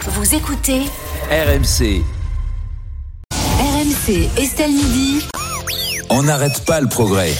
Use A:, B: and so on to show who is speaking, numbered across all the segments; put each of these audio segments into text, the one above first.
A: Vous écoutez
B: RMC.
A: RMC Estelle Midi.
B: On n'arrête pas le progrès.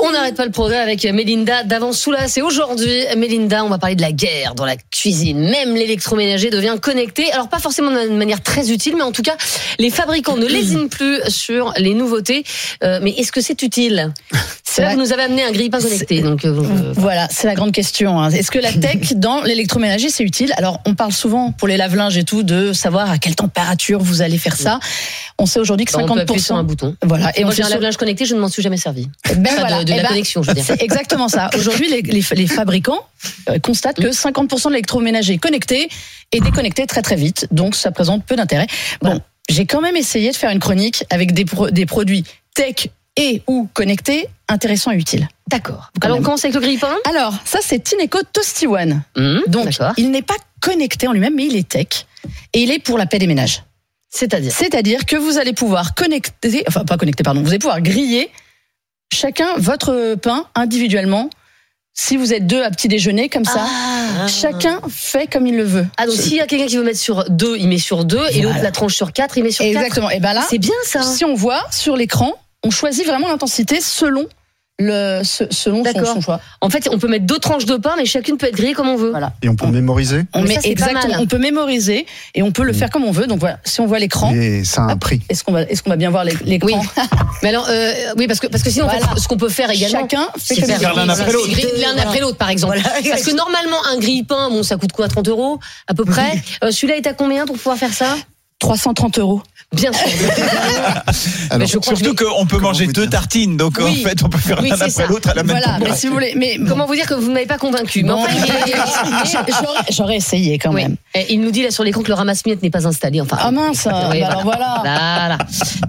C: On n'arrête pas le progrès avec Mélinda d'Avansoulas. Et aujourd'hui, Mélinda, on va parler de la guerre dans la cuisine. Même l'électroménager devient connecté. Alors, pas forcément de manière très utile, mais en tout cas, les fabricants ne lésinent plus sur les nouveautés. Euh, mais est-ce que c'est utile C'est là
D: vrai.
C: que vous nous avez amené un grille-pain connecté. Donc, euh, euh,
D: Voilà, c'est la grande question. hein. Est-ce que la tech dans l'électroménager, c'est utile Alors, on parle souvent pour les lave-linges et tout de savoir à quelle température vous allez faire ça. On sait aujourd'hui que
C: bah, on peut appuyer sur un
D: 50%.
C: bouton.
D: Voilà,
C: Et
D: et on
C: moi, j'ai
D: fait
C: un
D: sur-
C: lave-linge connecté, je ne m'en suis jamais servi.
D: Ben
C: Enfin,
D: voilà,
C: de, de
D: eh
C: la
D: ben,
C: connexion, je veux dire.
D: C'est exactement ça. Aujourd'hui, les, les- les fabricants euh, constatent que 50% de l'électroménager connecté est déconnecté très très vite, donc ça présente peu d'intérêt. Bon, j'ai quand même essayé de faire une chronique avec des, pro- des produits tech et ou connectés intéressants et utiles.
C: D'accord.
D: Quand
C: Alors, on
D: même.
C: commence avec le grille-pain.
D: Alors, ça c'est Tineco Toasty One.
C: Hum,
D: Hmm. Donc,
C: d'accord.
D: il n'est pas connecté en lui-même, mais il est tech. Et il est pour la paix des ménages.
C: C'est-à-dire
D: C'est-à-dire que vous allez pouvoir connecter, enfin pas connecter, pardon, vous allez pouvoir griller chacun votre pain individuellement. Si vous êtes deux à petit déjeuner, comme ça,
C: Ah.
D: chacun fait comme il le veut.
C: Ah donc s'il y a quelqu'un qui veut mettre sur 2, il met sur 2 et l'autre
D: Voilà.
C: la tranche sur 4, il met sur 4.
D: Exactement. Et ben là,
C: C'est bien ça.
D: si on voit sur l'écran, on choisit vraiment l'intensité selon le se- selon son,
C: D'accord.
D: son choix.
C: En fait, on peut mettre deux tranches de pain mais chacune peut être grillée comme on veut.
D: Voilà.
E: Et on peut mémoriser
D: On
C: Mais
D: met
C: ça, c'est pas
D: exactement.
C: mal.
D: On peut mémoriser et on peut le faire comme on veut. Donc voilà, si on voit l'écran,
E: et ça a un
D: Hop.
E: prix.
D: est-ce qu'on va est-ce qu'on va bien voir l'é- l'écran
C: Oui. Mais alors euh, oui parce que parce que sinon en fait,
D: Voilà.
C: ce qu'on peut faire également
D: Chacun
C: c'est
D: fait comme il
C: faire
D: veut.
C: griller- c'est griller l'un après l'autre par exemple. Parce que normalement un grille-pain bon ça coûte quoi 30 euros à peu près. Euh, Celui-là est à combien pour pouvoir faire ça
D: 330 euros.
C: Bien sûr.
E: Alors,
C: Mais je crois que je
F: Surtout
C: vais-
F: qu'on peut manger
E: vous
F: deux
E: dire
F: tartines, donc en
C: Oui.
F: fait on peut faire
C: Oui,
F: l'un
C: c'est ça.
F: après l'autre à la même
D: Voilà, mais si vous voulez, mais
C: Comment vous dire que vous ne m'avez pas convaincu Mais
D: Bon.
C: enfin, il,
D: Mais
C: est-
D: j'aurais- J'aurais essayé quand
C: Oui.
D: même.
C: Et il nous dit là sur l'écran que le ramasse-miettes n'est pas installé. Enfin,
D: Ah mince, bah
C: voilà.
D: alors voilà.
C: Voilà.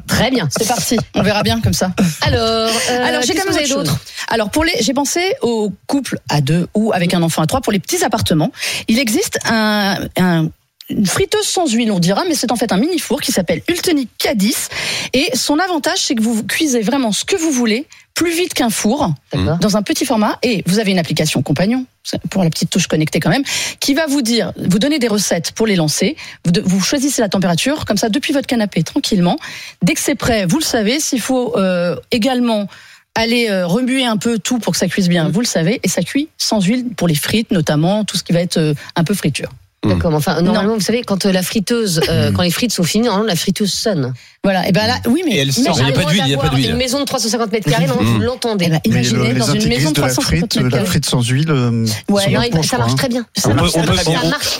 C: Très bien.
D: C'est parti, on verra bien comme ça.
C: Alors, euh,
D: alors j'ai
C: qu'est-ce
D: quand même
C: que vous avez
D: autre chose. Alors pour les, j'ai pensé aux couples à deux ou avec un enfant à trois pour les petits appartements. Il existe un, un- une friteuse sans huile, on dira, mais c'est en fait un mini four qui s'appelle Ultenic K10. Et son avantage, c'est que vous cuisez vraiment ce que vous voulez plus vite qu'un four.
C: D'accord.
D: dans un petit format et vous avez une application compagnon c'est pour la petite touche connectée quand même qui va vous dire vous donner des recettes pour les lancer vous, de- vous choisissez la température comme ça depuis votre canapé tranquillement dès que c'est prêt vous le savez s'il faut euh, également aller euh, remuer un peu tout pour que ça cuise
G: Mmh.
D: bien vous le savez et ça cuit sans huile pour les frites notamment tout ce qui va être euh, un peu friture
C: D'accord, mais enfin, normalement, vous savez, quand euh, la friteuse, euh, quand les frites sont finies, normalement, la friteuse sonne.
D: voilà et ben là oui mais
F: Et elle sort.
D: imagine-
F: il y a pas d'huile, il y a pas
C: D'avoir
F: d'huile.
C: Une maison de 350 mètres carrés, normalement,
F: Mm.
C: vous
D: eh
C: l'entendez.
D: ben,
E: Mais
D: imaginez
E: le- les
D: dans une maison
E: intégristes
D: de
E: de la
D: 350
E: frite,
D: mètres
E: la
D: carrés.
E: frite sans huile, euh,
D: Ouais,
E: sont
C: Non,
E: bons,
C: il-
E: je
C: ça
E: crois,
C: marche
E: hein.
C: très bien.
D: ça marche très
C: Ça
D: bien.
C: marche très bien.
D: marche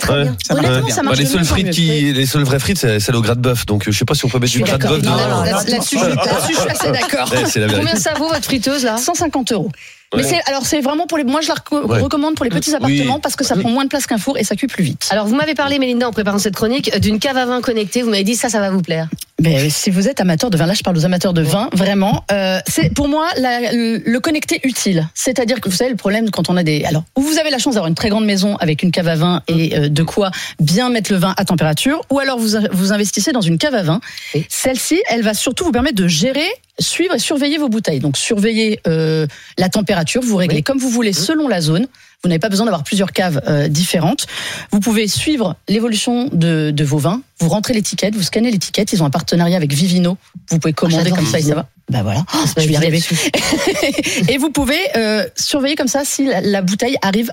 D: Honnêtement, bien. ça marche
G: Bah,
D: de mieux
G: les seules
D: en mieux.
G: frites qui, les seules vraies frites, c'est celle au gras de bœuf. Donc, euh, je sais pas si on peut mettre du gras de
C: d'accord.
G: bœuf
C: Non,
G: dedans.
C: non,
D: Là- là-dessus, je là-dessus, je suis assez d'accord
G: Ouais, c'est la vérité.
C: Combien ça vaut votre friteuse, là
D: 150 euros. Mais
G: Ouais.
D: c'est alors c'est vraiment pour les moi je la reco-
G: Ouais.
D: recommande pour les petits appartements parce que ça prend moins de place qu'un four et ça cuit plus vite.
C: Alors, vous m'avez parlé, Mélinda, en préparant cette chronique, euh, d'une cave à vin connectée. Vous m'avez dit, ça, ça va vous plaire.
D: Mais euh, si vous êtes amateur de vin, là je parle aux amateurs de vin vraiment, euh, c'est pour moi la- le, le connecter utile. C'est-à-dire que vous savez le problème quand on a des alors ou vous avez la chance d'avoir une très grande maison avec une cave à vin et euh, de quoi bien mettre le vin à température, ou alors vous vous investissez dans une cave à vin.
C: Oui.
D: Celle-ci, elle va surtout vous permettre de gérer, suivre et surveiller vos bouteilles. Donc surveiller euh, la température, vous réglez
C: Oui.
D: comme vous voulez selon la zone. Vous n'avez pas besoin d'avoir plusieurs caves euh, différentes. Vous pouvez suivre l'évolution de, de vos vins. Vous rentrez l'étiquette, vous scannez l'étiquette. Ils ont un partenariat avec Vivino. Vous pouvez commander
C: j'adore
D: comme ça et ça va. Bah voilà. je vais y arriver. et vous pouvez euh, surveiller comme ça si la, la bouteille arrive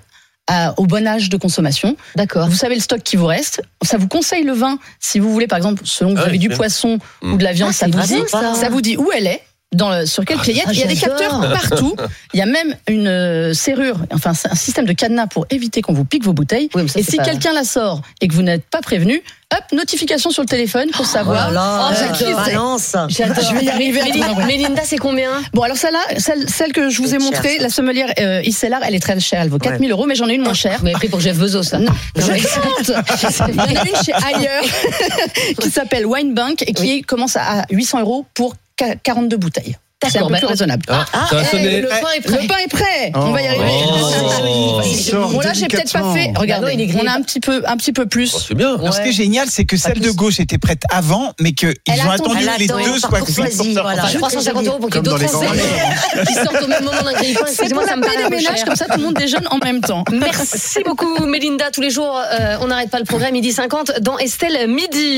D: à- au bon âge de consommation.
C: D'accord.
D: Vous savez le stock qui vous reste. Ça vous conseille le vin si vous voulez, par exemple, selon que vous
G: Ah oui,
D: avez du
G: bien.
D: poisson ou de la viande,
C: Ah,
D: ça
C: c'est
D: vous
C: pas
D: dit,
C: bien, ça.
D: ça. vous dit où elle est. Dans le- sur quelle clayette
C: ah,
D: Il y a des
C: j'adore.
D: capteurs partout. Il y a même une euh, serrure, enfin c'est un système de cadenas pour éviter qu'on vous pique vos bouteilles.
C: Oui, mais ça,
D: et
C: c'est
D: si
C: pas-
D: quelqu'un la sort et que vous n'êtes pas prévenu, hop, notification sur le téléphone pour
C: Oh
D: savoir.
H: Voilà,
D: euh, qui c'est. J'adore. Je vais y arriver.
C: Mélinda, Mélinda, c'est combien
D: Bon, alors celle-là, celle, celle que je vous ai
H: Elle est chère,
D: montrée,
H: ça.
D: la sommelière euh, Isselard, elle est très chère. Elle vaut 4000 euros, mais j'en ai une moins chère.
C: Vous m'avez pris pour Jeff Bezos, là.
D: Non,
C: Non,
D: je
C: mais-
D: compte. Il y en a une chez ailleurs qui s'appelle Wine Bank et qui commence à 800 euros pour 42 bouteilles. C'est
C: D'accord,
D: un peu
C: bah,
D: plus raisonnable.
G: Ah, ça va
D: Eh,
G: sonner.
C: le pain est prêt.
D: Le pain est prêt.
E: Oh.
D: On va y arriver.
G: Oh.
E: Il sort
D: Bon là j'ai peut-être pas
E: délicatement.
D: fait. Regardez,
C: Ah non, il est grillé.
D: on a un petit peu, un petit peu
G: Oh,
D: plus.
G: c'est bien.
F: Alors, ce qui est génial, c'est que celle
C: tous.
F: de gauche était prête avant, mais qu'ils
D: Elle
F: ont
D: attend-
F: attendu
D: elle
F: que les
D: attend par
F: deux soient cuites pour
A: courtoisie,
F: faire
A: voilà.
F: partager.
A: Je-
C: 350 euros pour qu'il y ait
E: Comme
C: d'autres
E: dans les
C: Français qui sortent au même moment d'un grille
D: C'est pour
C: Excusez-moi,
D: la
C: ça me
D: paix
C: paraît un
D: des
C: peu
D: ménages
C: cher.
D: comme ça, tout le monde déjeune en même temps.
C: Merci beaucoup, Mélinda. Tous les jours, euh, on n'arrête pas le programme midi 50 dans Estelle midi.